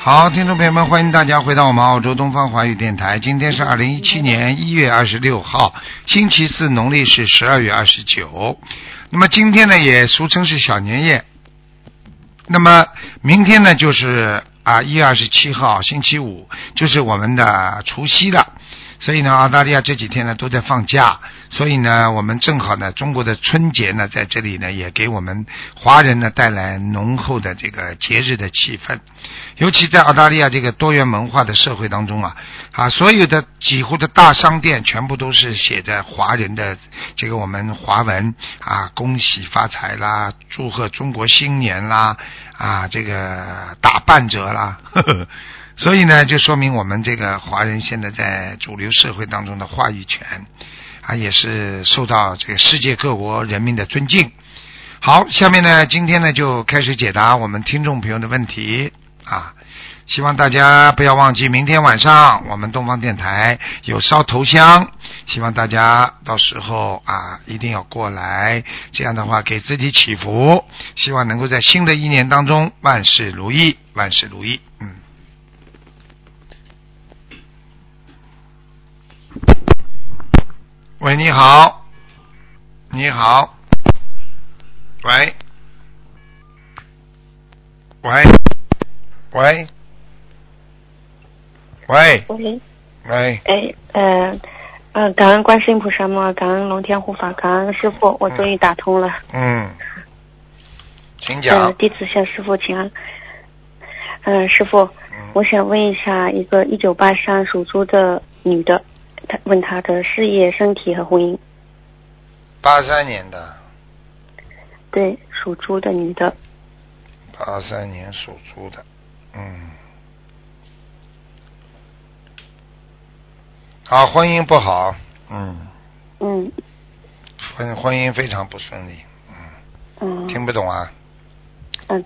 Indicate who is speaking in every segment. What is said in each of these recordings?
Speaker 1: 好，听众朋友们，欢迎大家回到我们澳洲东方华语电台。今天是二零一七年一月二十六号，星期四，农历是十二月二十九。那么今天呢，也俗称是小年夜。那么明天呢，就是啊一月二十七号，星期五，就是我们的除夕了。所以呢，澳大利亚这几天呢都在放假，所以呢，我们正好呢，中国的春节呢，在这里呢，也给我们华人呢带来浓厚的这个节日的气氛。尤其在澳大利亚这个多元文化的社会当中啊，啊，所有的几乎的大商店全部都是写着华人的这个我们华文啊，恭喜发财啦，祝贺中国新年啦，啊，这个打半折啦。 呵呵所以呢，就说明我们这个华人现在在主流社会当中的话语权，啊，也是受到这个世界各国人民的尊敬。好，下面呢，今天呢就开始解答我们听众朋友的问题啊。希望大家不要忘记，明天晚上我们东方电台有烧头香，希望大家到时候啊一定要过来，这样的话给自己祈福，希望能够在新的一年当中万事如意，万事如意。嗯。喂，你好，你好，喂，喂，喂，喂，
Speaker 2: 喂，
Speaker 1: 喂，
Speaker 2: 哎，嗯、呃，呃，感恩观世音菩萨嘛，感恩龙天护法，感恩师傅，我终于打通了。
Speaker 1: 嗯，请
Speaker 2: 呃
Speaker 1: 讲，，
Speaker 2: 弟子向师傅请安。嗯、师傅，我想问一下，一个一九八三属猪的女的，她问她的事业、身体和婚姻。
Speaker 1: 八三年的，
Speaker 2: 对，属猪的女的，
Speaker 1: 八三年属猪的，嗯，好，婚姻不好，嗯，
Speaker 2: 嗯
Speaker 1: 婚婚姻非常不顺利，
Speaker 2: 嗯嗯、
Speaker 1: 听不懂啊，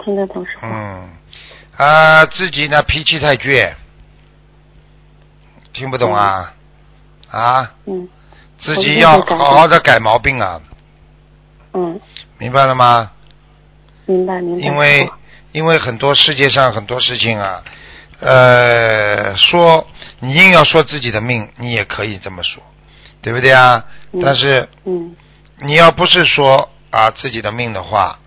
Speaker 2: 听得懂师傅。
Speaker 1: 嗯，啊，自己呢脾气太倔，听不懂啊，啊，
Speaker 2: 嗯
Speaker 1: 自己要
Speaker 2: 我一定会改的
Speaker 1: 好好的改毛病啊，
Speaker 2: 嗯，
Speaker 1: 明白了吗？
Speaker 2: 明白明白。
Speaker 1: 因为
Speaker 2: 师傅
Speaker 1: 因为很多世界上很多事情啊，呃，说你硬要说自己的命，你也可以这么说，对不对啊？
Speaker 2: 嗯
Speaker 1: 但是
Speaker 2: 嗯
Speaker 1: 你要不是说啊自己的命的话，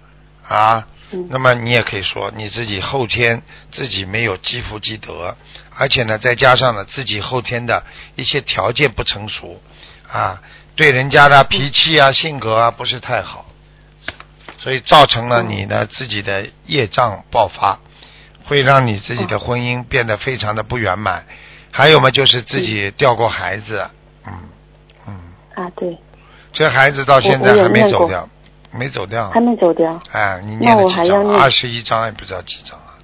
Speaker 1: 啊，
Speaker 2: 嗯
Speaker 1: 那么你也可以说你自己后天自己没有积福积德，而且呢，再加上呢自己后天的一些条件不成熟啊，对人家的脾气啊、性格啊不是太好，所以造成
Speaker 2: 嗯
Speaker 1: 了你呢自己的业障爆发，会让你自己的婚
Speaker 2: 嗯
Speaker 1: 姻变得非常的不圆满。还有嘛，就是自
Speaker 2: 嗯
Speaker 1: 己掉过孩子，嗯嗯，
Speaker 2: 啊对，
Speaker 1: 这孩子到现在
Speaker 2: 我我有
Speaker 1: 还没
Speaker 2: 念
Speaker 1: 走
Speaker 2: 过
Speaker 1: 掉，没走掉
Speaker 2: 还。没走掉，
Speaker 1: 哎，你
Speaker 2: 那
Speaker 1: 念了
Speaker 2: 我还
Speaker 1: 几
Speaker 2: 要
Speaker 1: 张
Speaker 2: 念
Speaker 1: 啊？二十一张也不知道几张啊。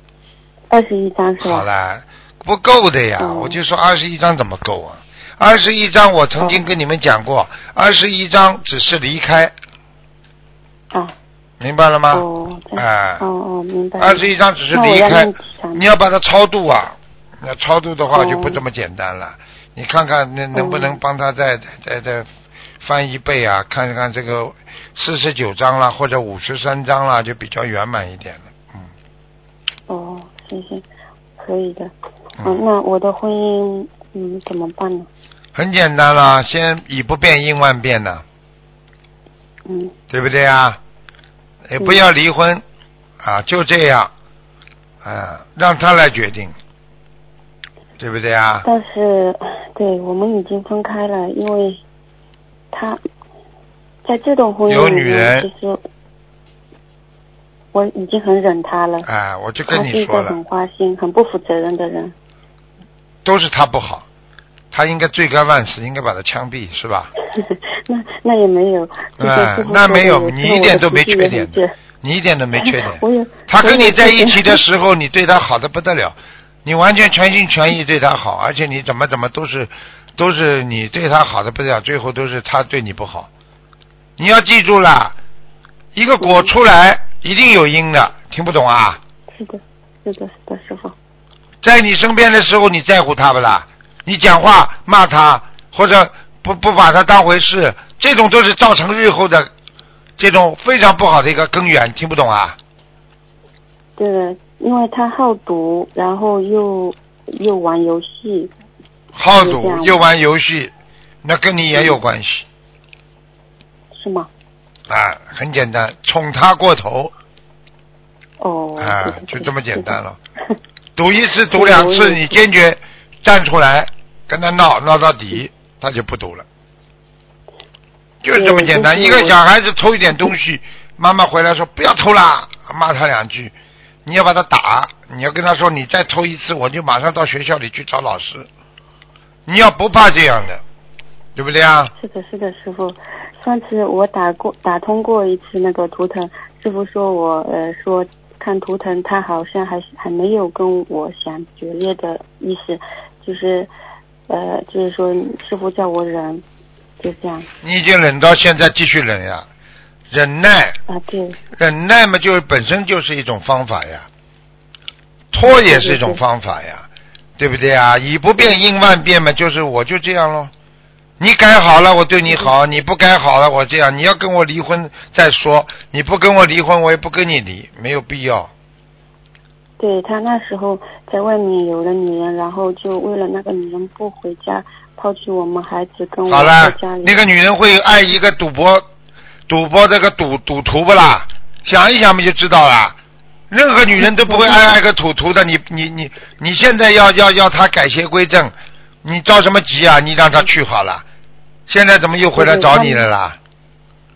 Speaker 2: 二十一张是吧？
Speaker 1: 好啦，不够的呀！
Speaker 2: 嗯
Speaker 1: 我就说二十一张怎么够啊？二十一张我曾
Speaker 2: 哦
Speaker 1: 经跟你们讲过，二十一张只是离开，
Speaker 2: 啊
Speaker 1: 明白了吗？
Speaker 2: 哦，这样
Speaker 1: 哎
Speaker 2: 哦哦明白。
Speaker 1: 二十一张只是
Speaker 2: 那
Speaker 1: 离
Speaker 2: 我要
Speaker 1: 开
Speaker 2: 念几，张
Speaker 1: 你要把它超度啊。那超度的话
Speaker 2: 哦
Speaker 1: 就不这么简单了，你看看能能不能帮他再再再再翻一倍啊？看看这个四十九张啦，或者五十三张啦，就比较圆满一点了。
Speaker 2: 哦，行行，可以的。
Speaker 1: 嗯
Speaker 2: 嗯，那我的婚姻嗯怎么办呢？
Speaker 1: 很简单啦，先以不变应万变呐，
Speaker 2: 嗯
Speaker 1: 对不对啊？也不
Speaker 2: 嗯
Speaker 1: 要离婚、啊，就这样，啊，让他来决定，对不对啊？
Speaker 2: 但是对我们已经分开了，因为他在这段婚
Speaker 1: 有
Speaker 2: 姻里
Speaker 1: 女人
Speaker 2: 面，其实我已经很忍他了。
Speaker 1: 啊，我就
Speaker 2: 他
Speaker 1: 跟
Speaker 2: 是
Speaker 1: 你
Speaker 2: 一
Speaker 1: 说
Speaker 2: 个
Speaker 1: 了
Speaker 2: 很，花心、很不负责任的人。
Speaker 1: 都是他不好，他应该罪该万死，应该把他枪毙，是吧？
Speaker 2: 那那也没有，就
Speaker 1: 哎
Speaker 2: 像师傅
Speaker 1: 那
Speaker 2: 说
Speaker 1: 没
Speaker 2: 的
Speaker 1: 有
Speaker 2: 我
Speaker 1: 你
Speaker 2: 知道
Speaker 1: 一
Speaker 2: 我
Speaker 1: 点
Speaker 2: 的
Speaker 1: 都没
Speaker 2: 脾气
Speaker 1: 缺
Speaker 2: 也
Speaker 1: 点
Speaker 2: 很倔
Speaker 1: 你一点都没缺点
Speaker 2: 。我有
Speaker 1: 他跟你在一起的
Speaker 2: 时
Speaker 1: 时候，你对他好的不得了，你完全全心全意对他好，而且你怎么怎么都是都是你对他好的不得了，最后都是他对你不好。你要记住了，一个果出来一定有因的，听不懂啊？
Speaker 2: 是的，是的，是的，师傅。
Speaker 1: 在你身边的时候，你在乎他不啦？你讲话骂他，或者不不把他当回事，这种都是造成日后的这种非常不好的一个根源，听不懂啊？
Speaker 2: 对的，因为他好赌，然后又又玩游戏，
Speaker 1: 好
Speaker 2: 就这
Speaker 1: 赌
Speaker 2: 样
Speaker 1: 又玩游戏，那跟你也有关系
Speaker 2: 是吗？
Speaker 1: 啊，很简单，宠他过头
Speaker 2: 哦，
Speaker 1: 啊
Speaker 2: 对的，
Speaker 1: 就这么简单。了。
Speaker 2: 对的
Speaker 1: 赌一次赌两
Speaker 2: 这
Speaker 1: 次，
Speaker 2: 个我也
Speaker 1: 你坚决站出来跟他闹闹到底，他就不赌了，就是这么简单。
Speaker 2: 对
Speaker 1: 一
Speaker 2: 就是
Speaker 1: 个
Speaker 2: 我
Speaker 1: 小孩子偷一点东西，妈妈回来说不要偷啦，骂他两句，你要把他打，你要跟他说你再偷一次，我就马上到学校里去找老师。你要不怕这样的，对不对啊？
Speaker 2: 是的，是的，师傅。上次我打过打通过一次那个图腾，师傅说我呃说看图腾，他好像还是还没有跟我想决裂的意思，就是呃就是说师傅叫我忍，就这样
Speaker 1: 你已经忍到现在，继续忍呀，忍耐，
Speaker 2: 啊对
Speaker 1: 忍耐嘛，就是本身就是一种方法呀，拖也是一种方法呀，对不对啊？以不变应万变嘛，就是我就这样咯。你改好了，我对你好；你不改好了，我这样。你要跟我离婚再说，你不跟我离婚，我也不跟你离，没有必要。
Speaker 2: 对，他那时候在外面有了女人，然后就为了那个女人不回家，抛弃我们孩子跟我
Speaker 1: 好
Speaker 2: 在
Speaker 1: 了
Speaker 2: 家里。，
Speaker 1: 那个女人会爱一个赌博，赌博这个赌赌徒不啦？想一想不就知道啦？任何女人都不 会爱爱个赌徒的。你你你你现在要要要她改邪归正，你着什么急啊？你让她去好了。现在怎么又回来找你了啦？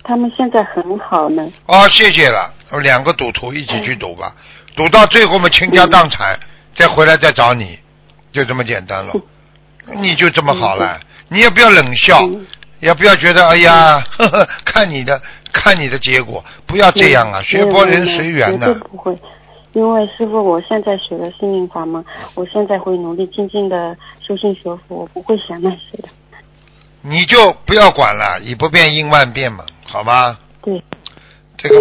Speaker 2: 他们现在很好呢。
Speaker 1: 哦，谢谢了，两个赌徒一起去赌
Speaker 2: 嗯
Speaker 1: 吧，赌到最后嘛倾家荡产，再回来再找你，就这么简 单了。你就这么好了，你也不要冷笑。
Speaker 2: 嗯
Speaker 1: 也不要觉得哎呀， 呵呵，看你的，看你的结果，不要这样啊！学
Speaker 2: 没有
Speaker 1: 佛
Speaker 2: 没有
Speaker 1: 人
Speaker 2: 没有
Speaker 1: 随缘
Speaker 2: 绝
Speaker 1: 呐、
Speaker 2: 对不会，因为师傅，我现在学了心灵法门，我现在会努力静静的修心学佛，我不会想那些的。
Speaker 1: 你就不要管了，以不变应万变嘛，好吗？
Speaker 2: 对，
Speaker 1: 这个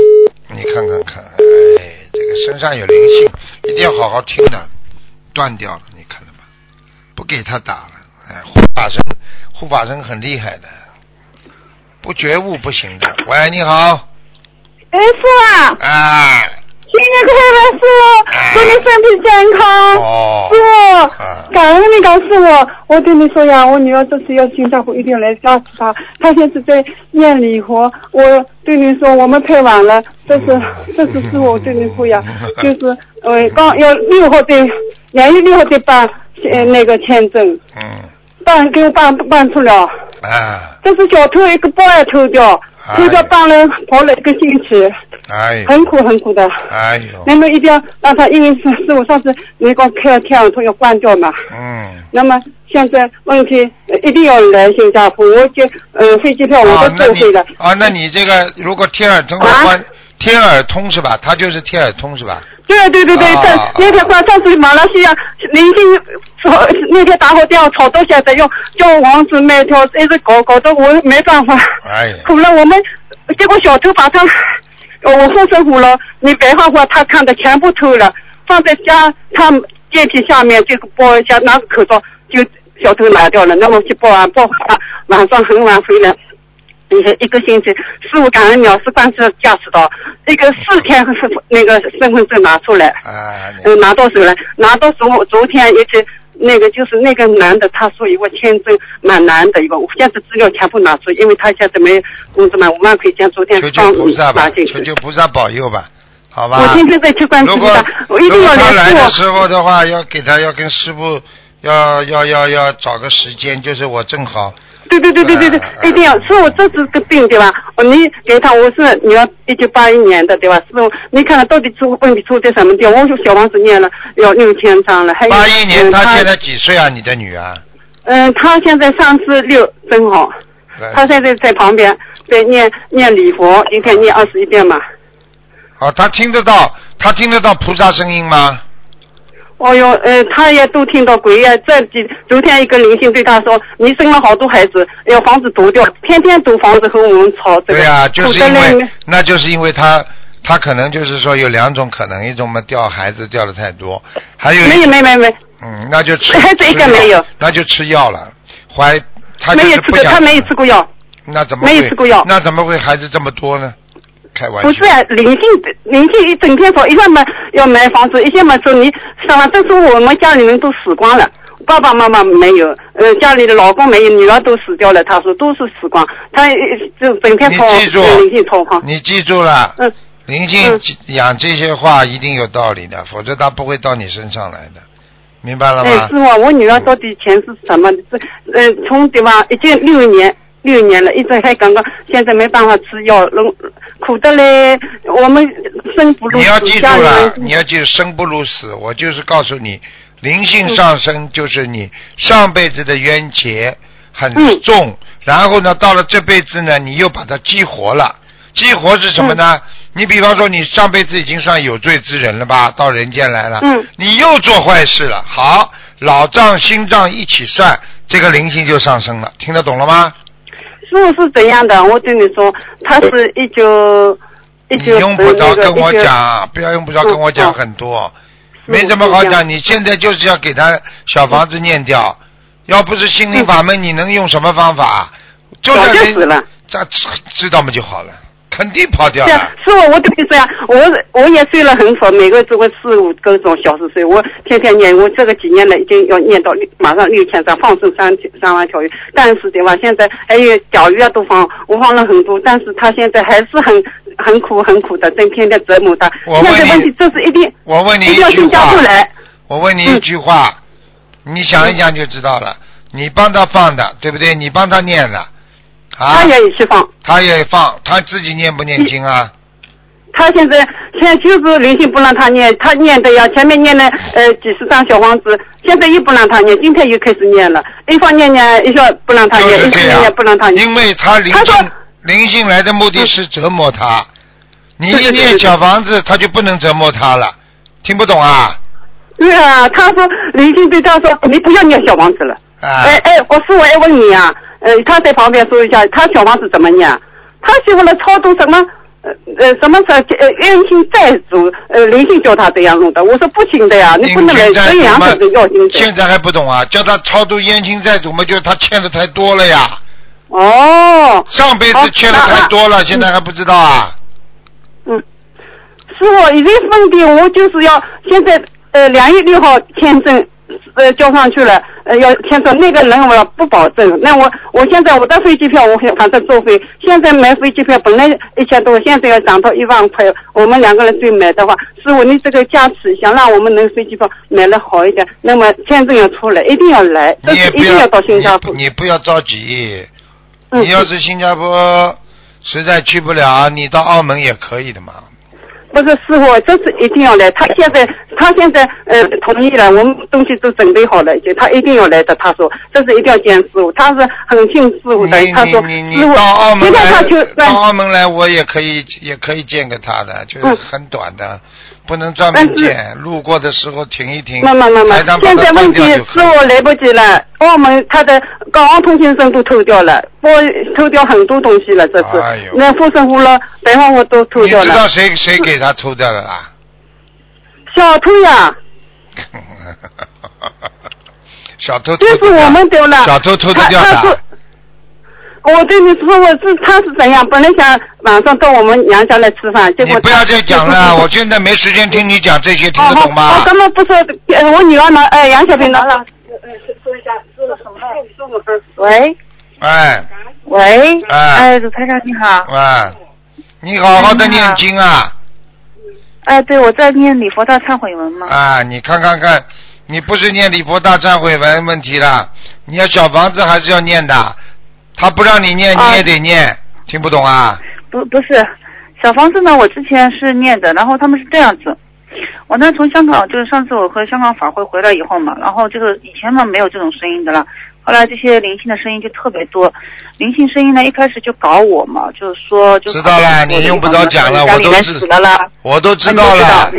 Speaker 1: 你看看看，哎，这个身上有灵性，一定要好好听的，断掉了，你看了吗？不给他打了，哎，护法神，护法神很厉害的，不觉悟不行的。喂，你好，
Speaker 3: 哎，师傅，
Speaker 1: 啊，
Speaker 3: 新年快乐，师傅，祝你身体健康。
Speaker 1: 哦
Speaker 3: 师，
Speaker 1: 啊
Speaker 3: 傅，感恩你，感谢我。我对你说呀，我女儿这次要进大湖，一定来吓死她。她现在在念礼佛，我对你说，我们太晚了。这是这是是我对你说呀，就是呃，刚要六号的，两月六号的办呃那个签证，
Speaker 1: 嗯，
Speaker 3: 办给我办办出了。
Speaker 1: 啊，
Speaker 3: 这是小偷一个包也偷掉，偷掉办了跑了一个星期，
Speaker 1: 哎呦，
Speaker 3: 很苦很苦的。
Speaker 1: 哎呦，
Speaker 3: 那么一定要让他，因为是是我上次你给我开了天眼通要关掉嘛。
Speaker 1: 嗯，
Speaker 3: 那么现在问题、呃一定要来新加坡，我就呃飞机票我
Speaker 1: 啊
Speaker 3: 都，
Speaker 1: 那
Speaker 3: 作废
Speaker 1: 你
Speaker 3: 了。
Speaker 1: 啊，那你这个如果天耳通的
Speaker 3: 啊
Speaker 1: 关、天耳通是吧？它就是天耳通是吧？
Speaker 3: 对对对对，
Speaker 1: 啊
Speaker 3: 上、那天关上次马来西亚临近吵，那天打火电话吵到现在，用叫王子卖票，一直搞搞到我没办法。
Speaker 1: 哎呀，
Speaker 3: 苦了我们，结果小偷把他，呃我风神虎了，你白花花他看的全部偷了，放在家他电梯下面这个包一下拿个口罩就小偷拿掉了，那我去报案报案，晚上很晚回来。一个一个星期，师傅感恩鸟是观世驾驶到那个四天身份那个身份证拿出来，
Speaker 1: 啊，你
Speaker 3: 嗯，拿到手了，拿到手我昨天也去那个就是那个男的，他说有个签证蛮难的一个，我现在资料全部拿出，因为他现在没有工资嘛，五万块钱昨天
Speaker 1: 求求
Speaker 3: 刚
Speaker 1: 菩萨吧
Speaker 3: 拿，进
Speaker 1: 求
Speaker 3: 去
Speaker 1: 求。菩萨保佑吧，好吧
Speaker 3: 我？天天在去观世
Speaker 1: 如
Speaker 3: 菩
Speaker 1: 果
Speaker 3: 萨，我一
Speaker 1: 如
Speaker 3: 定
Speaker 1: 果
Speaker 3: 要
Speaker 1: 他来
Speaker 3: 来
Speaker 1: 的
Speaker 3: 做。
Speaker 1: 时候的话，要给他要跟师傅要要要要找个时间，就是我正好
Speaker 3: 对对对对对对
Speaker 1: 啊，
Speaker 3: 一定要。所以我这是个病对吧？我你给他，我是你要一九八一年的对吧？是不是？你看看到底出问题出在什么地方？我说小王子念了要六千张了，还有
Speaker 1: 八一年，
Speaker 3: 嗯
Speaker 1: 他现在几岁啊？你的女儿？
Speaker 3: 嗯，他现在上次六正好。
Speaker 1: 哎呃
Speaker 3: 他现在在旁边在念念礼佛，一天念二十一遍嘛。
Speaker 1: 哦，他听得到，他听得到菩萨声音吗？
Speaker 3: 哦哟，呃，他也都听到鬼呀、这几昨天一个灵性对他说，你生了好多孩子，要房子独掉，天天独房子和我们吵这个。
Speaker 1: 对呀、就是因
Speaker 3: 苦得
Speaker 1: 为
Speaker 3: 嘞
Speaker 1: 那就是因为他他可能就是说有两种可能，一种嘛掉孩子掉的太多，还有一
Speaker 3: 没有没有没有
Speaker 1: 嗯，那 就吃
Speaker 3: 还有一个
Speaker 1: 吃药
Speaker 3: 没有
Speaker 1: 那就吃药了，怀他就
Speaker 3: 没有
Speaker 1: 是
Speaker 3: 吃
Speaker 1: 不
Speaker 3: 过，
Speaker 1: 想
Speaker 3: 他没有吃过药。
Speaker 1: 那怎么
Speaker 3: 没有
Speaker 1: 会
Speaker 3: 吃过药
Speaker 1: 那怎么会孩子这么多呢？开玩笑。
Speaker 3: 不是啊，邻居邻居一整天说，一下嘛要买房子，一下嘛说你上了，这是我们家里人都死光了，爸爸妈妈没有，呃，家里的老公没有，女儿都死掉了，他说都是死光，他呃就整天
Speaker 1: 你
Speaker 3: 吵
Speaker 1: 记住
Speaker 3: 跟邻居吵哈，
Speaker 1: 你记住了，
Speaker 3: 嗯，
Speaker 1: 灵性
Speaker 3: 嗯
Speaker 1: 讲这些话一定有道理的，否则他不会到你身上来的，明白了
Speaker 3: 哎，
Speaker 1: 吗
Speaker 3: 是？啊，我女儿到底前世什么？这呃，从对吧？已经六年六年了，一直还刚刚，现在没办法吃药，弄苦的嘞。我们生不如
Speaker 1: 你要记
Speaker 3: 死，
Speaker 1: 住
Speaker 3: 家里
Speaker 1: 了，
Speaker 3: 人
Speaker 1: 你要记住生不如死。我就是告诉你，灵
Speaker 3: 嗯
Speaker 1: 性上升就是你上辈子的冤结很
Speaker 3: 嗯
Speaker 1: 重，然后呢，到了这辈子呢，你又把它激活了。激活是什么
Speaker 3: 嗯
Speaker 1: 呢？你比方说，你上辈子已经算有罪之人了吧，到人间来了，
Speaker 3: 嗯
Speaker 1: 你又做坏事了，好，老账新账一起算，这个灵性就上升了，听得懂了吗？
Speaker 3: 是是怎样的？我跟你说，他是一九一
Speaker 1: 你
Speaker 3: 九
Speaker 1: 用不着跟我，
Speaker 3: 呃
Speaker 1: 讲，不要用不着跟我讲
Speaker 3: 嗯
Speaker 1: 很多，
Speaker 3: 嗯
Speaker 1: 没什么好
Speaker 3: 是这
Speaker 1: 讲。你现在就是要给他小房子念掉，
Speaker 3: 嗯
Speaker 1: 要不是心灵法门，你能用什么方法？就
Speaker 3: 那个
Speaker 1: 算
Speaker 3: 嗯一九早就死
Speaker 1: 人
Speaker 3: 了。
Speaker 1: 这知道嘛就好了，肯定跑掉
Speaker 3: 是啊
Speaker 1: 了。，
Speaker 3: 是我，我跟你说呀，我我也睡了很少，每个月只会四五个钟小时睡，我天天念，我这个几年了，已经要念到六，马上六千张，放生三千三万条鱼，但是对吧，现在还有甲鱼啊都放，我放了很多，但是他现在还是很很苦很苦的，真天天折磨他。
Speaker 1: 我问
Speaker 3: 现在问
Speaker 1: 你
Speaker 3: 题就是一定
Speaker 1: 我问你
Speaker 3: 一定要
Speaker 1: 一句
Speaker 3: 先加
Speaker 1: 话
Speaker 3: 出，来，嗯
Speaker 1: 我问你一句话，你想一想就知道了。你帮他放的，对不对？你帮他念的，啊
Speaker 3: 他，也一起放。
Speaker 1: 他也放，他自己念不念经啊？
Speaker 3: 他现在现在就是灵性不让他念，他念的呀，前面念了呃几十张小房子，现在又不让他念，今天又开始念了，一方念念，一下不让他
Speaker 1: 就
Speaker 3: 念，
Speaker 1: 是
Speaker 3: 一
Speaker 1: 这
Speaker 3: 方
Speaker 1: 样
Speaker 3: 念不让他，念，
Speaker 1: 因为他灵
Speaker 3: 他
Speaker 1: 性
Speaker 3: 说嗯
Speaker 1: 灵性来的目的是折磨他，你
Speaker 3: 对
Speaker 1: 一
Speaker 3: 对对
Speaker 1: 念
Speaker 3: 对对
Speaker 1: 小房子，他就不能折磨他了，听不懂啊？
Speaker 3: 对啊，他说灵性对他说你不要念小房子了，
Speaker 1: 啊，
Speaker 3: 哎哎，我师傅还问你啊，呃，他在旁边说一下，他小房子怎么念啊？他喜欢了超度什么？呃呃，什么是呃冤亲债主？呃，灵性叫他这样弄的，我说不行的呀，你不能来
Speaker 1: 冤亲债
Speaker 3: 这样
Speaker 1: 主嘛
Speaker 3: 子要经者。
Speaker 1: 现在还不懂啊？叫他超度冤亲债主嘛，就是他欠的太多了呀，
Speaker 3: 哦，
Speaker 1: 上辈子
Speaker 3: 好
Speaker 1: 欠的
Speaker 3: 那
Speaker 1: 太
Speaker 3: 那
Speaker 1: 多了，
Speaker 3: 嗯
Speaker 1: 现在还不知道啊？
Speaker 3: 嗯，师傅，一个分店我就是要现在呃两月六号签证呃交上去了，呃要签证那个人我不保证，那我我现在我的飞机票我反正作废，现在买飞机票本来一千多，现在要涨到一万块，我们两个人去买的话，师傅你这个加持想让我们能飞机票买的好一点，那么签证要出来，一定要来，这
Speaker 1: 你也
Speaker 3: 是
Speaker 1: 不
Speaker 3: 一定要到新加坡
Speaker 1: 你，你不要着急，
Speaker 3: 嗯
Speaker 1: 你要是新加坡实在去不了，你到澳门也可以的嘛。
Speaker 3: 不是师傅，这次一定要来。他现在他现在呃同意了，我们东西都准备好了，已经他一定要来的。他说这是一定要见师傅，他是很信师傅的
Speaker 1: 你。
Speaker 3: 他说
Speaker 1: 你你
Speaker 3: 师
Speaker 1: 你
Speaker 3: 傅
Speaker 1: 到澳，门
Speaker 3: 现在
Speaker 1: 来
Speaker 3: 他哎就，
Speaker 1: 到澳门来，我也可以也可以见个他的，就是
Speaker 3: 嗯
Speaker 1: 很短的，不能专门
Speaker 3: 但是
Speaker 1: 见。路过的时候停一停，
Speaker 3: 慢慢慢慢
Speaker 1: 台上，把
Speaker 3: 现
Speaker 1: 它
Speaker 3: 在
Speaker 1: 关
Speaker 3: 问题
Speaker 1: 掉
Speaker 3: 师
Speaker 1: 就可以。
Speaker 3: 傅来不及了，澳门他的港澳通行证都偷掉了，我偷掉很多东西了，这次、
Speaker 1: 哎呦
Speaker 3: 那护身符了、白花花都偷
Speaker 1: 你
Speaker 3: 掉
Speaker 1: 知道
Speaker 3: 了，
Speaker 1: 谁谁给他偷掉的啦？
Speaker 3: 小偷呀。
Speaker 1: 小偷偷
Speaker 3: 就是
Speaker 1: 掉的
Speaker 3: 我们丢了，
Speaker 1: 小偷偷的掉啊
Speaker 3: 他他
Speaker 1: 的
Speaker 3: 是。我对你说，我是他是怎样？本来想晚上到我们娘家来吃饭，结
Speaker 1: 你
Speaker 3: 果
Speaker 1: 不要再讲了，我现在没时间听你讲这些，听得懂
Speaker 4: 哦
Speaker 3: 我
Speaker 1: 吗？
Speaker 3: 根本不是，呃我女儿拿，哎，杨小平拿了。
Speaker 5: 喂
Speaker 1: 哎
Speaker 5: 喂，
Speaker 1: 哎
Speaker 5: 哎，鲁台长你好，
Speaker 1: 哎，你好好的
Speaker 5: 哎你好
Speaker 1: 念经啊！
Speaker 5: 哎，对我在念礼佛大忏悔文嘛，
Speaker 1: 啊，你看看看，你不是念礼佛大忏悔文问题了，你要小房子还是要念的，他不让你念
Speaker 5: 啊
Speaker 1: 你也得念，听不懂啊？
Speaker 5: 不不是，小房子呢，我之前是念的，然后他们是这样子，我呢从香港就是上次我和香港法会回来以后嘛，然后这个以前嘛没有这种声音的了，后来这些灵性的声音就特别多，灵性声音呢一开始就搞我嘛，就是说就
Speaker 1: 知道了，你用不着讲了，我都
Speaker 5: 知
Speaker 1: 知
Speaker 5: 死了啦，
Speaker 1: 我都
Speaker 5: 哎
Speaker 1: 知
Speaker 5: 你
Speaker 1: 道
Speaker 5: 都
Speaker 1: 了，
Speaker 5: 你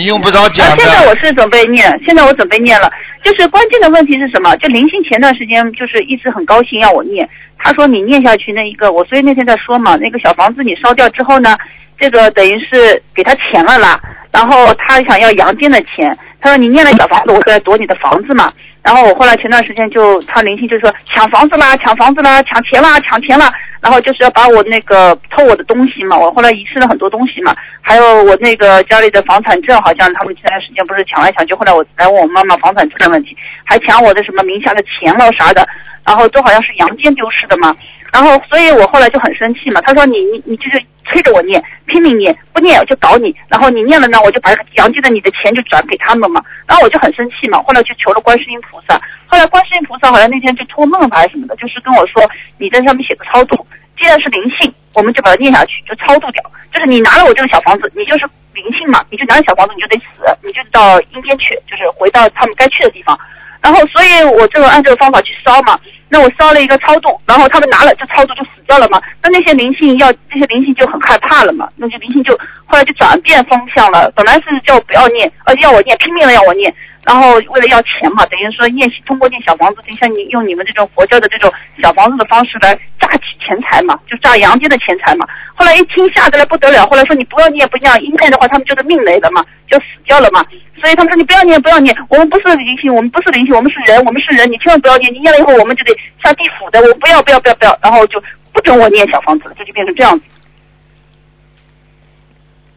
Speaker 1: 你用不着
Speaker 5: 啊
Speaker 1: 讲，
Speaker 5: 现在
Speaker 1: 的
Speaker 5: 我。是准备念，现在我准备念了。就是关键的问题是什么？就林性前段时间就是一直很高兴要我念，他说你念下去那一个，我所以那天在说嘛，那个小房子你烧掉之后呢，这个等于是给他钱了啦，然后他想要阳间的钱，他说你念了小房子，我是来夺你的房子嘛。然后我后来前段时间就他灵性就说抢房子啦，抢房子啦，抢钱啦，抢钱啦。然后就是要把我那个偷我的东西嘛，我后来遗失了很多东西嘛，还有我那个家里的房产证，好像他们前段时间不是抢来抢去，后来我来问我妈妈房产证的问题，还抢我的什么名下的钱了啥的，然后都好像是阳间丢失的嘛。然后，所以我后来就很生气嘛。他说你你你就是催着我念，拼命念，不念我就搞你。然后你念了呢，我就把杨记的你的钱就转给他们嘛。然后我就很生气嘛，后来就求了观世音菩萨。后来观世音菩萨好像那天就托梦吧还是什么的，就是跟我说你在上面写个超度，既然是灵性，我们就把它念下去，就超度掉。就是你拿了我这个小房子，你就是灵性嘛，你就拿着小房子你就得死，你就到阴间去，就是回到他们该去的地方。然后，所以我就按这个方法去烧嘛。那我烧了一个超度，然后他们拿了这超度就死掉了嘛。那那些灵性要这些灵性就很害怕了嘛，那就灵性就后来就转变方向了。本来是叫我不要念，而且要我念，拼命的要我念。然后为了要钱嘛，等于说念通过念小房子，就像你用你们这种佛教的这种小房子的方式来榨取钱财嘛，就榨阳间的钱财嘛。后来一听吓得来不得了，后来说你不要念不念，一念的话他们就是命累了嘛，就死掉了嘛。所以他们说你不要念不要念，我们不是灵性，我们不是灵性，我们是人，我们是人，你千万不要念，你念了以后我们就得下地府的，我不要不要不要不要，然后就不准我念小房子了，这就变成这样子。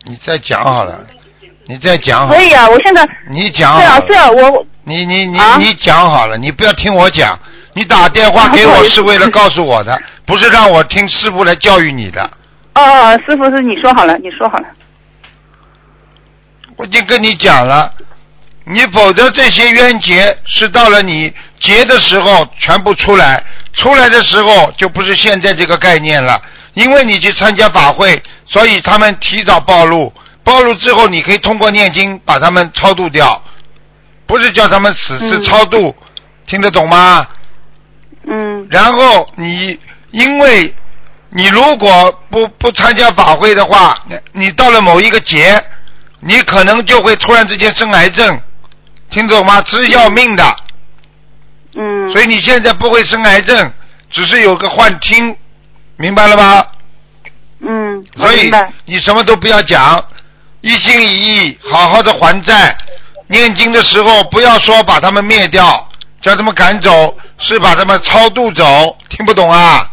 Speaker 1: 你再讲好了，你再讲好
Speaker 5: 所，以啊，我现在
Speaker 1: 你讲好
Speaker 5: 对啊
Speaker 1: 了，
Speaker 5: 对啊，我
Speaker 1: 你你你、
Speaker 5: 啊
Speaker 1: 你讲好了，你不要听我讲，你打电话给
Speaker 5: 啊不好
Speaker 1: 我
Speaker 5: 意思
Speaker 1: 是为了告诉我的，不是让我听师傅来教育你的。
Speaker 5: 哦哦，师傅是你说好了，你说好了。
Speaker 1: 我已经跟你讲了，你否则这些冤结是到了你结的时候全部出来，出来的时候就不是现在这个概念了，因为你去参加法会，所以他们提早暴露，暴露之后你可以通过念经把他们超度掉，不是叫他们死，是
Speaker 5: 嗯
Speaker 1: 超度，听得懂吗？
Speaker 5: 嗯
Speaker 1: 然后你因为你如果不不参加法会的话，你你到了某一个节，你可能就会突然之间生癌症，听懂吗？这是要命的。
Speaker 5: 嗯
Speaker 1: 所以你现在不会生癌症，只是有个幻听，明白了吗？
Speaker 5: 嗯，我
Speaker 1: 所以
Speaker 5: 明白。
Speaker 1: 你什么都不要讲，一心一意好好的还债。念经的时候不要说把他们灭掉，叫他们赶走，是把他们超度走，听不懂啊？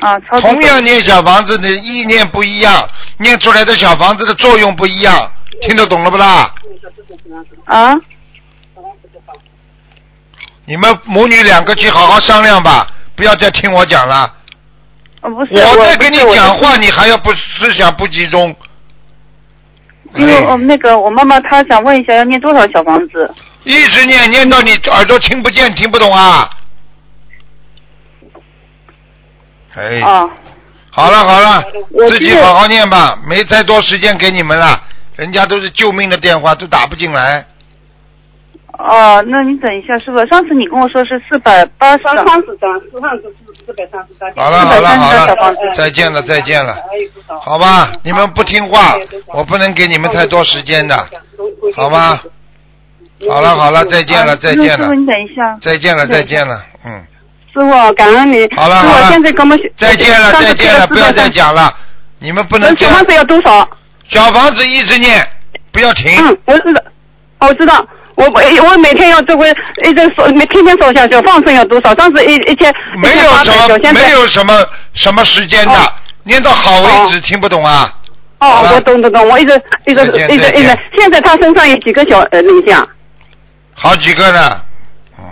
Speaker 5: 啊，超度
Speaker 1: 同样念小房子的意念不一样，念出来的小房子的作用不一样，听得懂了不啦？
Speaker 5: 啊，
Speaker 1: 你们母女两个去好好商量吧，不要再听我讲了。
Speaker 5: 呃不是
Speaker 1: 我在
Speaker 5: 不
Speaker 1: 跟你
Speaker 5: 是我
Speaker 1: 讲话，你还要不思想不集中。
Speaker 5: 因为
Speaker 1: 哎
Speaker 5: 我们那个我妈妈她想问一下要念多少小房子？
Speaker 1: 一直念念到你耳朵听不见、听不懂啊。哎，
Speaker 5: 啊，
Speaker 1: 好了好了
Speaker 5: 我，
Speaker 1: 自己
Speaker 5: 是
Speaker 1: 好好念吧，没太多时间给你们了，人家都是救命的电话，都打不进来。
Speaker 5: 哦，那你等一下，师傅，上次你跟我说是四百八十
Speaker 4: 三
Speaker 5: 啊张，
Speaker 4: 三十张，四三十四四百三十张。
Speaker 1: 好了好了好了，再见了再见了，
Speaker 4: 嗯
Speaker 1: 好吧，你们不听话，我不能给你们太多时间的，好吧？好了好了，再见了再见
Speaker 5: 那师傅
Speaker 1: 了，
Speaker 5: 你等一下，
Speaker 1: 再见了再见了，嗯，
Speaker 4: 师傅，感恩你。
Speaker 1: 好了
Speaker 4: 师
Speaker 1: 好
Speaker 4: 傅，
Speaker 1: 了
Speaker 4: 现在给我们写
Speaker 1: 再见了
Speaker 4: 上次
Speaker 1: 再见
Speaker 4: 给
Speaker 1: 了，不
Speaker 4: 了
Speaker 1: 要
Speaker 4: 430
Speaker 1: 再讲了，你们不能
Speaker 4: 那
Speaker 1: 这
Speaker 4: 小
Speaker 1: 样
Speaker 4: 房，子要多少？
Speaker 1: 小房子一直念，不要停，
Speaker 4: 嗯，我知道，我知道。我我我每天要这个一直说，每天天说下去，放生要多少？上次一一千一
Speaker 1: 没
Speaker 4: 千
Speaker 1: 有
Speaker 4: 八
Speaker 1: 什
Speaker 4: 百九，
Speaker 1: 么
Speaker 4: 现在
Speaker 1: 没有什么什么时间的
Speaker 4: 哦，
Speaker 1: 念到好为止，听不懂啊？好
Speaker 4: 哦，
Speaker 1: 了
Speaker 4: 我懂懂懂，我一直一直
Speaker 1: 再见
Speaker 4: 一直
Speaker 1: 再见
Speaker 4: 一直。现在他身上有几个小呃灵性啊？
Speaker 1: 好几个呢，嗯，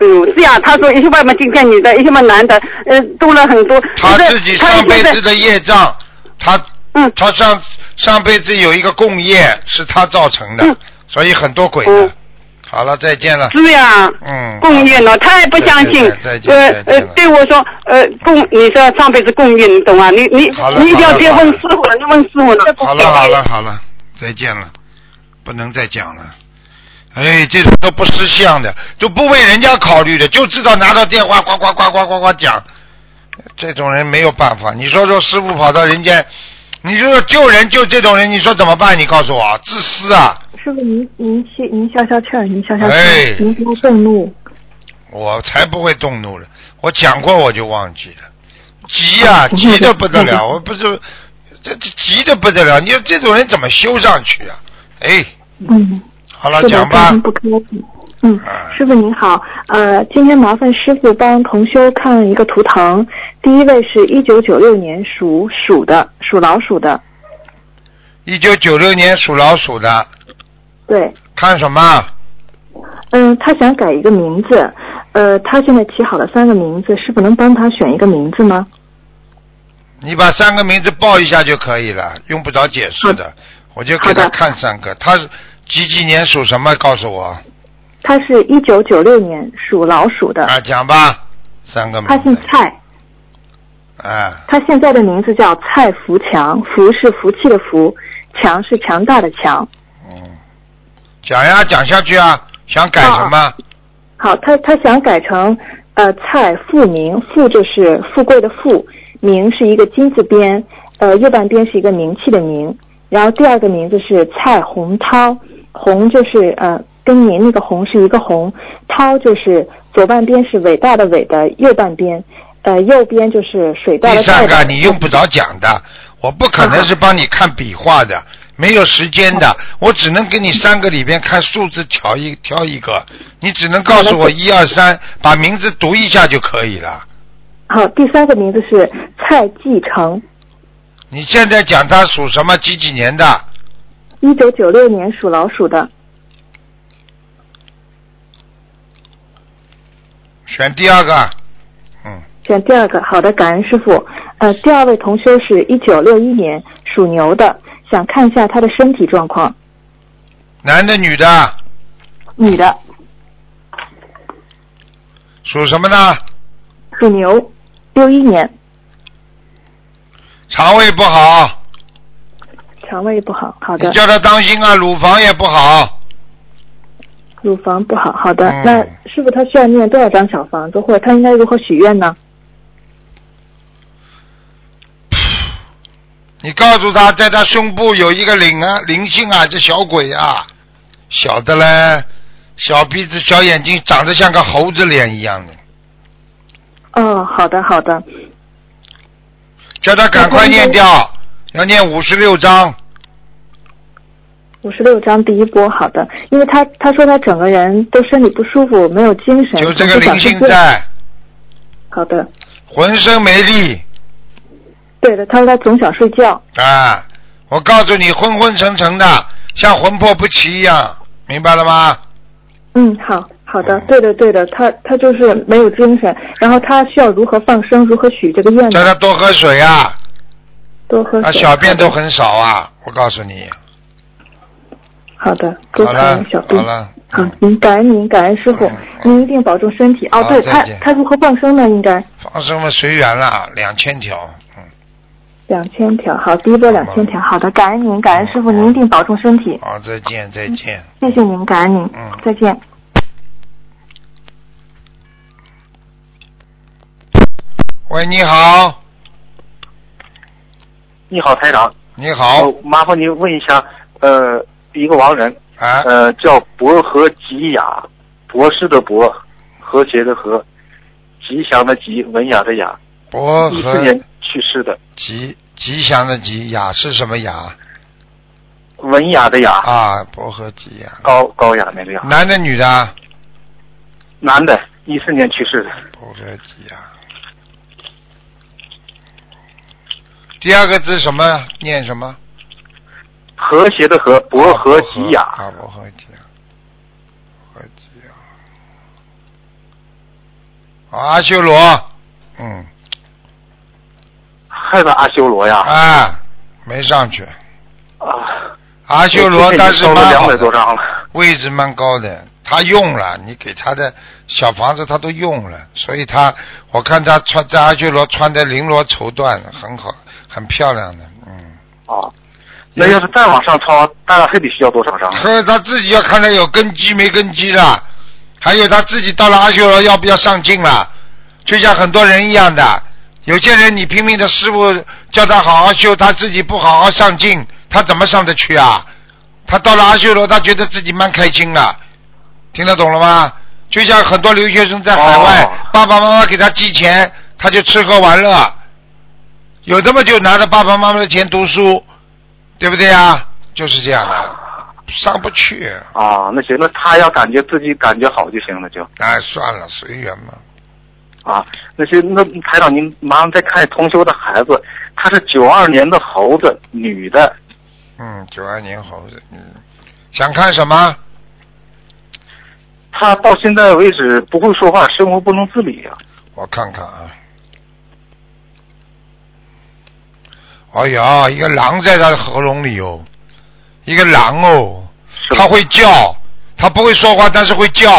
Speaker 4: 嗯，是呀，他说一些外面今天女的，一些嘛男的，呃，多了很多。
Speaker 1: 他
Speaker 4: 就是
Speaker 1: 自己
Speaker 4: 他
Speaker 1: 上辈
Speaker 4: 现在
Speaker 1: 子的业障，他
Speaker 4: 嗯
Speaker 1: 他上上辈子有一个共业是他造成的，
Speaker 4: 嗯
Speaker 1: 所以很多鬼的。
Speaker 4: 嗯
Speaker 1: 好了，再见了。
Speaker 4: 是呀。
Speaker 1: 嗯，
Speaker 4: 共运了，他也不相信
Speaker 1: 再见。再
Speaker 4: 呃
Speaker 1: 见再
Speaker 4: 呃
Speaker 1: 见了，
Speaker 4: 对我说，呃，共，你说上辈子共运，你懂吗？你你
Speaker 1: 好了
Speaker 4: 你一定要
Speaker 1: 好了
Speaker 4: 去
Speaker 1: 好
Speaker 4: 问师
Speaker 1: 了
Speaker 4: 傅了，你问师傅了。
Speaker 1: 好了好了好了，再见了，不能再讲了。哎，这种都不识相的，都不为人家考虑的，就知道拿到电话呱呱呱呱呱呱讲，这种人没有办法。你说说，师傅跑到人间，你说说救人就这种人，你说怎么办？你告诉我，自私啊！
Speaker 6: 师傅，您您气，您消消气儿，您消消气
Speaker 1: 哎
Speaker 6: 儿，您不要动怒。
Speaker 1: 我才不会动怒了，我讲过我就忘记了，急呀、
Speaker 6: 不会的
Speaker 1: 急的不得了，
Speaker 6: 不
Speaker 1: 我不是这这急的不得了，你说这种人怎么修上去啊？哎，
Speaker 6: 嗯，
Speaker 1: 好了，
Speaker 6: 是的，
Speaker 1: 讲
Speaker 6: 开
Speaker 1: 吧
Speaker 6: 心，不开心。嗯
Speaker 1: 啊，
Speaker 6: 师傅您好，呃，今天麻烦师傅帮同修看一个图腾，第一位是一九九六年属鼠的，属老鼠的，
Speaker 1: 一九九六年属老鼠的，
Speaker 6: 对，
Speaker 1: 看什么？
Speaker 6: 嗯，他想改一个名字，呃，他现在起好了三个名字，师傅能帮他选一个名字吗？
Speaker 1: 你把三个名字报一下就可以了，用不着解释的。我就给他
Speaker 6: 好的
Speaker 1: 看三个，他是几几年属什么？告诉我
Speaker 6: 他是一九九六年属老鼠的，
Speaker 1: 啊，讲吧，三个
Speaker 6: 他
Speaker 1: 名
Speaker 6: 姓
Speaker 1: 字。
Speaker 6: 蔡，
Speaker 1: 啊，
Speaker 6: 他现在的名字叫蔡福强，福是福气的福，强是强大的强。
Speaker 1: 嗯，讲呀，讲下去啊，想改
Speaker 6: 哦
Speaker 1: 什么？
Speaker 6: 好，他他想改成呃蔡富明，富就是富贵的富，明是一个金字边，呃右半边是一个名气的明，然后第二个名字是蔡洪涛，洪就是呃跟您那个洪是一个洪，涛就是左半边是伟大的伟的右半边，呃右边就是水稻的
Speaker 1: 第三
Speaker 6: 稻
Speaker 1: 个
Speaker 6: 的。
Speaker 1: 你用不着讲的，我不可能是帮你看笔画的，没有时间的，我只能给你三个里边看数字挑一挑一个，你只能告诉我一二三，把名字读一下就可以了。
Speaker 6: 好，第三个名字是蔡继成，
Speaker 1: 你现在讲他属什么几几年的？
Speaker 6: 一九九六年属老鼠的。
Speaker 1: 选第二个，嗯，
Speaker 6: 选第二个，好的，感恩师傅。呃，第二位同修是一九六一年属牛的，想看一下他的身体状况。
Speaker 1: 男的女的，
Speaker 6: 女的，
Speaker 1: 属什么呢？
Speaker 6: 属牛，六一年，
Speaker 1: 肠胃不好，
Speaker 6: 肠胃不好，好
Speaker 1: 你
Speaker 6: 的，
Speaker 1: 叫他当心啊，乳房也不好。
Speaker 6: 乳房不好，好的。
Speaker 1: 嗯
Speaker 6: 那师傅他需要念多少张小房子，或者他应该如何许愿呢？
Speaker 1: 你告诉他，在他胸部有一个灵啊，灵性啊，这小鬼啊，小的嘞，小鼻子、小眼睛，长得像个猴子脸一样的，
Speaker 6: 哦，好的，好的，
Speaker 1: 叫他赶快念掉，要念五十六章。
Speaker 6: 五十六张第一波，好的，因为他他说他整个人都身体不舒服，没有精神，
Speaker 1: 就这个
Speaker 6: 总是
Speaker 1: 灵
Speaker 6: 想睡
Speaker 1: 性
Speaker 6: 觉。
Speaker 1: 在，
Speaker 6: 好的，
Speaker 1: 浑身没力
Speaker 6: 对的，他说他总想睡觉。
Speaker 1: 啊！我告诉你，昏昏沉沉的，像魂魄不齐一样，明白了吗？
Speaker 6: 嗯，好好的
Speaker 1: 嗯，
Speaker 6: 对的对的，他他就是没有精神，然后他需要如何放生，如何许这个愿
Speaker 1: 叫
Speaker 6: 呢？
Speaker 1: 他多喝水啊，
Speaker 6: 嗯多喝
Speaker 1: 啊，
Speaker 6: 水。
Speaker 1: 小便都很少啊，我告诉你。
Speaker 6: 好的，多
Speaker 1: 好
Speaker 6: 看
Speaker 1: 了，
Speaker 6: 小
Speaker 1: 好
Speaker 6: 便。嗯
Speaker 1: 了，
Speaker 6: 好，您感恩您，感恩师傅
Speaker 1: 嗯，嗯
Speaker 6: 您一定保重身体。哦，
Speaker 1: 好
Speaker 6: 对
Speaker 1: 再
Speaker 6: 他
Speaker 1: 见
Speaker 6: 他如何放生呢？应该
Speaker 1: 放生了随缘了，两千条，嗯。
Speaker 6: 两千条，好，第一波两千条。好的，感恩您，感恩师
Speaker 1: 嗯
Speaker 6: 傅，您一定保重身体。
Speaker 1: 好，再见，再见。
Speaker 6: 谢谢您，感恩您
Speaker 1: 嗯，
Speaker 6: 再见。
Speaker 1: 喂，你好，
Speaker 7: 你好，台长。
Speaker 1: 你好，
Speaker 7: 呃麻烦您问一下，呃，一个亡人，
Speaker 1: 啊，
Speaker 7: 呃，叫博和吉雅，博士的博，和谐的和，吉祥的吉，文雅的雅，
Speaker 1: 博
Speaker 7: 一
Speaker 1: 和
Speaker 7: 四年去世的，
Speaker 1: 吉吉祥的吉，雅是什么雅
Speaker 7: 文雅的雅，
Speaker 1: 啊？博和吉雅，
Speaker 7: 高高雅那个雅，
Speaker 1: 男的女的啊？
Speaker 7: 男的，一四年去世的，
Speaker 1: 博和吉啊雅。第二个字什么？念什么？
Speaker 7: 和谐的和，博和吉雅，
Speaker 1: 啊，博和吉雅，博和吉雅。啊，阿修罗，嗯，
Speaker 7: 还是阿修罗呀？
Speaker 1: 啊，没上去。
Speaker 7: 啊，
Speaker 1: 阿修罗
Speaker 7: 我最近
Speaker 1: 但是
Speaker 7: 烧了
Speaker 1: 蛮
Speaker 7: 两
Speaker 1: 好
Speaker 7: 百
Speaker 1: 的
Speaker 7: 多张了。
Speaker 1: 位置蛮高的，他用了，你给他的小房子他都用了，所以他我看他穿在阿修罗穿的绫罗绸缎，很好，很漂亮的，嗯。
Speaker 7: 啊，那要是再往上抄，大概还得需要多少张？
Speaker 1: 可是他自己要看他有根基没根基的，还有他自己到了阿修罗要不要上进了，就像很多人一样的，有些人你拼命的师傅叫他好好修，他自己不好好上进，他怎么上得去啊？他到了阿修罗，他觉得自己蛮开心了，听得懂了吗？就像很多留学生在海外，
Speaker 7: 哦
Speaker 1: 爸爸妈妈给他寄钱，他就吃喝玩乐，有的么就拿着爸爸妈妈的钱读书，对不对啊？就是这样的。上不去，
Speaker 7: 啊，那行，那他要感觉自己感觉好就行了，就
Speaker 1: 哎，算了，随缘嘛。
Speaker 7: 啊，那些那台长您麻烦再看同修的孩子，她是九二年的猴子，女的，
Speaker 1: 嗯，九二年猴子，嗯，想看什么？
Speaker 7: 她到现在为止不会说话，生活不能自理啊。
Speaker 1: 我看看啊。哎呀，一个狼在他的喉咙里哦，一个狼哦，
Speaker 7: 是吧
Speaker 1: 它会叫，它不会说话，但是会叫。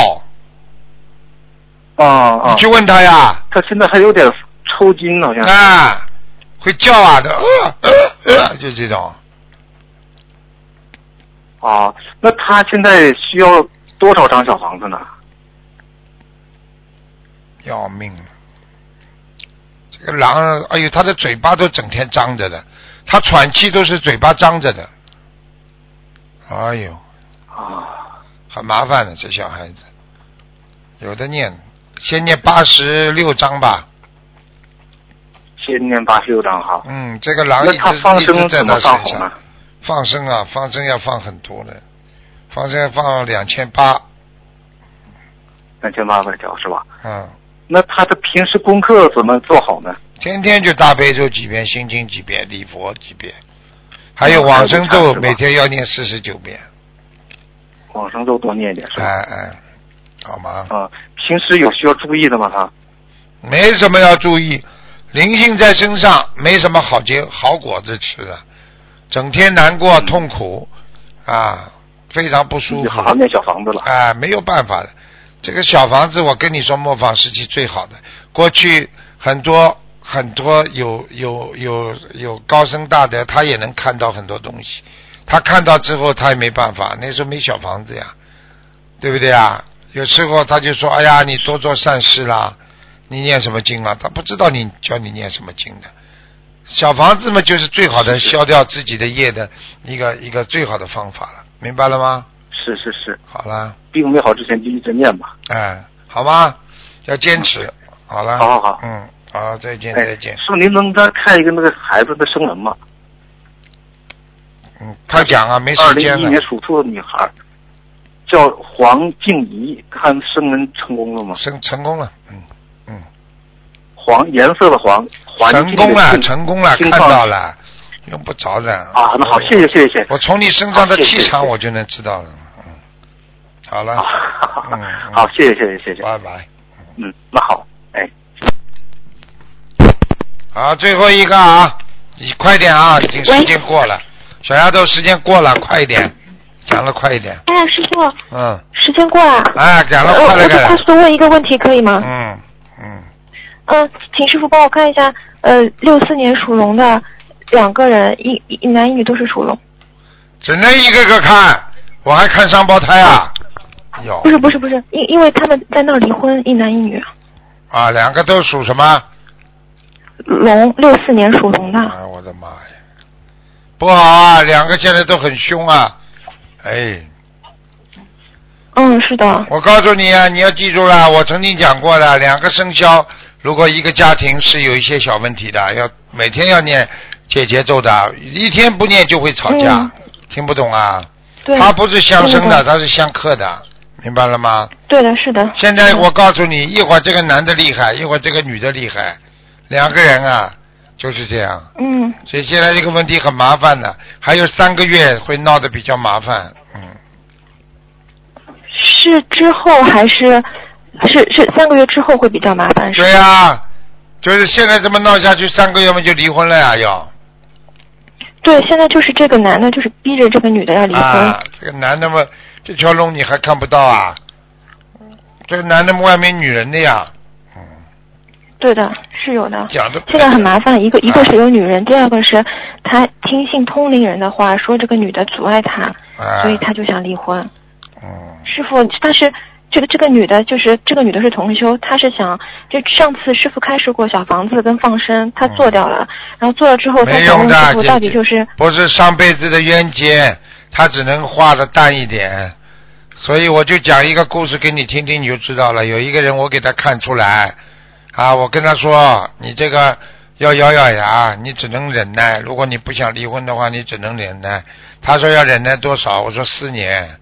Speaker 7: 啊啊
Speaker 1: 你，去问他呀，
Speaker 7: 她现在还有点抽筋，好像。
Speaker 1: 啊，会叫啊，它呃呃呃，就这种。
Speaker 7: 啊，那她现在需要多少张小房子呢？
Speaker 1: 要命了！这个狼，哎呦，它的嘴巴都整天张着的，它喘气都是嘴巴张着的。哎呦，
Speaker 7: 啊，
Speaker 1: 很麻烦的这小孩子，有的念，先念八十六章吧。
Speaker 7: 先念八十六张哈。
Speaker 1: 嗯，这个狼
Speaker 7: 那
Speaker 1: 一
Speaker 7: 她
Speaker 1: 直
Speaker 7: 放
Speaker 1: 一直
Speaker 7: 生
Speaker 1: 在
Speaker 7: 怎
Speaker 1: 他
Speaker 7: 么放
Speaker 1: 身
Speaker 7: 好呢
Speaker 1: 上？放生啊，放生要放很多的，放生要放两千八，
Speaker 7: 两千八百条是吧？
Speaker 1: 嗯，
Speaker 7: 那她的平时功课怎么做好呢？
Speaker 1: 天天就大悲咒几遍，心经几遍，礼佛几遍，还有
Speaker 7: 嗯还
Speaker 1: 往
Speaker 7: 有
Speaker 1: 生
Speaker 7: 忏
Speaker 1: 咒
Speaker 7: 是吧
Speaker 1: 每天要念四十九遍。
Speaker 7: 往生咒多念一点是吧？
Speaker 1: 哎哎，好吗？
Speaker 7: 啊，平时有需要注意的吗？他
Speaker 1: 没什么要注意，灵性在身上没什么好结好果子吃的，整天难过、
Speaker 7: 嗯
Speaker 1: 痛苦啊，非常不舒
Speaker 7: 你好好
Speaker 1: 服。
Speaker 7: 念小房子了。
Speaker 1: 哎，没有办法的。这个小房子，我跟你说，磨坊时期最好的。过去很多很多有有有有高僧大德，他也能看到很多东西。他看到之后，他也没办法。那时候没小房子呀，对不对啊？有时候他就说：“哎呀，你多做善事啦，你念什么经啊？”他不知道你教你念什么经的。小房子嘛，就是最好的
Speaker 7: 是是
Speaker 1: 消掉自己的业的一个一个最好的方法了，明白了吗？
Speaker 7: 是是是，
Speaker 1: 好啦。
Speaker 7: 病没好之前就一直念吧。
Speaker 1: 哎，好吗？要坚持，好了。
Speaker 7: 好好好
Speaker 1: 嗯，好了，再见，
Speaker 7: 哎
Speaker 1: 再见。
Speaker 7: 师傅，您能再看一个那个孩子的生人吗？
Speaker 1: 嗯，快讲啊，没
Speaker 7: 二
Speaker 1: 时
Speaker 7: 零
Speaker 1: 间
Speaker 7: 一一年
Speaker 1: 了。
Speaker 7: 属兔的女孩，叫黄静怡，看生人成功了吗？
Speaker 1: 成成功了，嗯嗯，
Speaker 7: 黄颜色的黄，环
Speaker 1: 成
Speaker 7: 境
Speaker 1: 功
Speaker 7: 的
Speaker 1: 了，
Speaker 7: 境
Speaker 1: 成功了，
Speaker 7: 情
Speaker 1: 看
Speaker 7: 况
Speaker 1: 到了，用不着的。
Speaker 7: 啊，那好，谢谢谢谢谢谢
Speaker 1: 我从你身上的
Speaker 7: 好谢谢
Speaker 1: 气场，
Speaker 7: 谢谢
Speaker 1: 我就能知道了。嗯，好了
Speaker 7: 啊，，哈
Speaker 1: 嗯
Speaker 7: 哈
Speaker 1: 嗯
Speaker 7: 好，谢谢谢谢谢谢，
Speaker 1: 拜拜。
Speaker 7: 嗯，那好，哎，
Speaker 1: 好，最后一个啊，你快点啊，已经时间过了，小丫头时间过了，快一点，讲了快一点，
Speaker 6: 哎呀，师傅，
Speaker 1: 嗯，
Speaker 6: 时间过了。
Speaker 1: 哎，讲了
Speaker 6: 呃
Speaker 1: 快
Speaker 6: 我
Speaker 1: 了，
Speaker 6: 就
Speaker 1: 快
Speaker 6: 快
Speaker 1: 了，
Speaker 6: 速地问一个问题，可以吗？
Speaker 1: 嗯嗯。
Speaker 6: 嗯，请师傅帮我看一下，呃，六四年属龙的两个人，一一男一女都是属龙，
Speaker 1: 只能一个个看，我还看双胞胎啊？有
Speaker 6: 不是不是不是，因因为他们在那儿离婚，一男一女，
Speaker 1: 啊，两个都属什么？
Speaker 6: 龙六四年属龙的，
Speaker 1: 啊，我的妈呀，不好啊，两个现在都很凶啊！哎，
Speaker 6: 嗯，是的，
Speaker 1: 我告诉你啊，你要记住了，我曾经讲过的，两个生肖，如果一个家庭是有一些小问题的，要每天要念解节奏的，一天不念就会吵架，
Speaker 6: 嗯
Speaker 1: 听不懂啊？
Speaker 6: 对，
Speaker 1: 它不是相生的，
Speaker 6: 对
Speaker 1: 它是相克的，明白了吗？
Speaker 6: 对的，是的。嗯
Speaker 1: 现在我告诉你，一会儿这个男的厉害，一会儿这个女的厉害，两个人啊就是这样，
Speaker 6: 嗯，
Speaker 1: 所以现在这个问题很麻烦的，还有三个月会闹得比较麻烦，嗯，
Speaker 6: 是之后还是是是三个月之后会比较麻烦？是吧
Speaker 1: 对呀、就是现在这么闹下去，三个月嘛就离婚了呀，要
Speaker 6: 对，现在就是这个男的，就是逼着这个女的要离婚。
Speaker 1: 啊，这个男的嘛，这条龙你还看不到啊，这个男的嘛外面女人的呀，嗯，
Speaker 6: 对的，是有的。
Speaker 1: 讲的
Speaker 6: 现在很麻烦，一个一个
Speaker 1: 啊
Speaker 6: 是有女人，第二个是他听信通灵人的话，说这个女的阻碍他，
Speaker 1: 啊，
Speaker 6: 所以他就想离婚。
Speaker 1: 嗯，
Speaker 6: 师傅，但是这个这个女的，就是这个女的是同修，她是想就上次师傅开示过小房子跟放生，她做掉了，然后做了之后，她
Speaker 1: 嗯没
Speaker 6: 想
Speaker 1: 用
Speaker 6: 问
Speaker 1: 的，
Speaker 6: 师傅
Speaker 1: 姐
Speaker 6: 到底
Speaker 1: 姐
Speaker 6: 就是
Speaker 1: 不是上辈子的冤结，他只能化的淡一点。所以我就讲一个故事给你听听，你就知道了。有一个人，我给他看出来，啊，我跟他说，你这个要咬咬牙，你只能忍耐。如果你不想离婚的话，你只能忍耐。他说要忍耐多少？我说四年，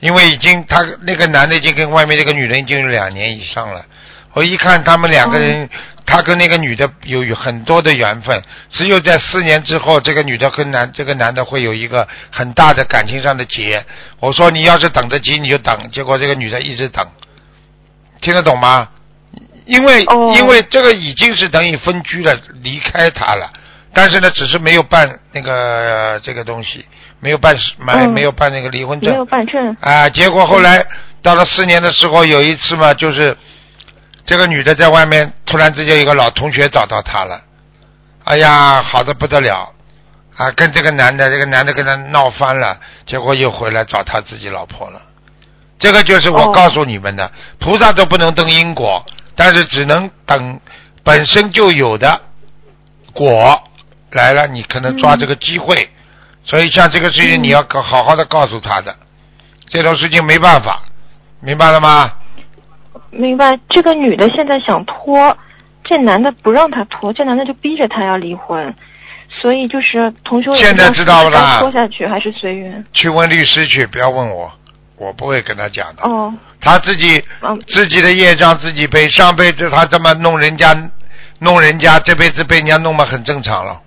Speaker 1: 因为已经他那个男的已经跟外面这个女人已经有两年以上了。我一看他们两个人，他跟那个女的有有很多的缘分，只有在四年之后，这个女的跟男这个男的会有一个很大的感情上的结。我说你要是等得及你就等，结果这个女的一直等，听得懂吗？因为、
Speaker 4: 哦
Speaker 1: 因为这个已经是等于分居了，离开他了，但是呢，只是没有办那个、呃这个东西，没有办买、
Speaker 8: 嗯
Speaker 1: 没有办那个离婚
Speaker 8: 没有
Speaker 1: 证
Speaker 8: 办证，
Speaker 1: 啊。结果后来到了四年的时候，有一次嘛，就是这个女的在外面突然之间有个老同学找到她了，哎呀，好的不得了啊，跟这个男的，这个男的跟他闹翻了，结果又回来找他自己老婆了。这个就是我
Speaker 8: 哦
Speaker 1: 告诉你们的，菩萨都不能登因果，但是只能等本身就有的果来了，你可能抓这个机会。所以像这个事情，你要搞好好的告诉他的，这种事情没办法，明白了吗？
Speaker 8: 明白？这个女的现在想拖，这男的不让她拖，这男的就逼着她要离婚，所以就是同修也
Speaker 1: 现在
Speaker 8: 不
Speaker 1: 知道
Speaker 8: 是该
Speaker 1: 了
Speaker 8: 拖下去还是随缘？
Speaker 1: 去问律师去，不要问我，我不会跟他讲的。
Speaker 8: 哦，
Speaker 1: 他自己
Speaker 8: 嗯
Speaker 1: 自己的业障自己背，上辈子他这么弄人家，弄人家，这辈子被人家弄嘛，很正常了。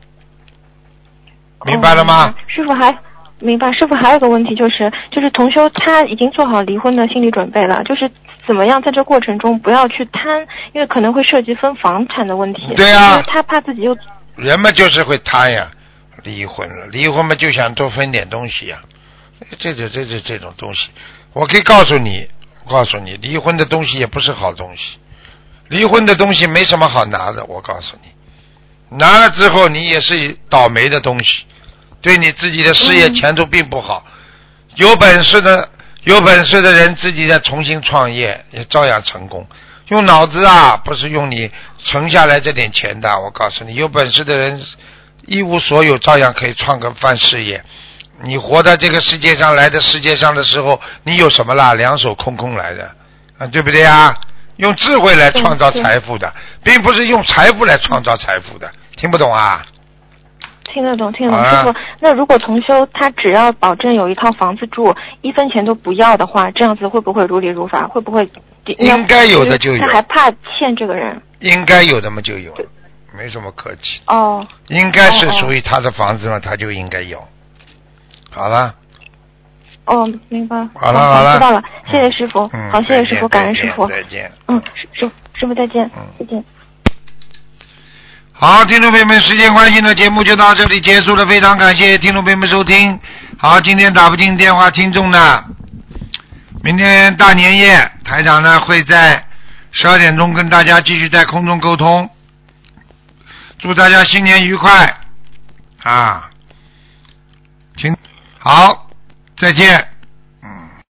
Speaker 1: 明白了吗？
Speaker 8: 哦师傅还明白，师傅还有个问题就是，就是同修他已经做好离婚的心理准备了，就是怎么样在这过程中不要去贪，因为可能会涉及分房产的问题。
Speaker 1: 对啊
Speaker 8: 因为他怕自己又
Speaker 1: 人嘛就是会贪呀，离婚了，离婚嘛就想多分点东西呀，这这这这这种东西，我可以告诉你，告诉你，离婚的东西也不是好东西，离婚的东西没什么好拿的，我告诉你，拿了之后你也是倒霉的东西，对你自己的事业前途并不好，有本事的有本事的人自己再重新创业也照样成功，用脑子啊，不是用你存下来这点钱的。我告诉你，有本事的人一无所有，照样可以创个番事业。你活在这个世界上来的世界上的时候，你有什么啦？两手空空来的，啊，对不对啊？用智慧来创造财富的，并不是用财富来创造财富的，听不懂啊？
Speaker 8: 听得懂，听得
Speaker 1: 好
Speaker 8: 懂。
Speaker 1: 啊
Speaker 8: 师傅，那如果同修他只要保证有一套房子住，一分钱都不要的话，这样子会不会如理如法？会不会？
Speaker 1: 应该有的就有
Speaker 8: 他还怕欠这个人
Speaker 1: 应该有的嘛就有，没什么客气。
Speaker 8: 哦。
Speaker 1: 应该是属于他的房子嘛，他就应该有。好了，
Speaker 8: 哦，明白。
Speaker 1: 好了
Speaker 8: 好
Speaker 1: 好了
Speaker 8: 知道了，谢谢师傅。
Speaker 1: 嗯，
Speaker 8: 哦好，谢谢
Speaker 1: 再
Speaker 8: 师傅，
Speaker 1: 见
Speaker 8: 感恩师傅。
Speaker 1: 再见。再见
Speaker 8: 嗯，师师傅师傅再见
Speaker 1: 嗯，
Speaker 8: 再见。
Speaker 1: 好，听众朋友们，时间关系呢，节目就到这里结束了。非常感谢听众朋友们收听。好，今天打不进电话，听众呢，明天大年夜，台长呢会在十二点钟跟大家继续在空中沟通。祝大家新年愉快啊！请好，再见。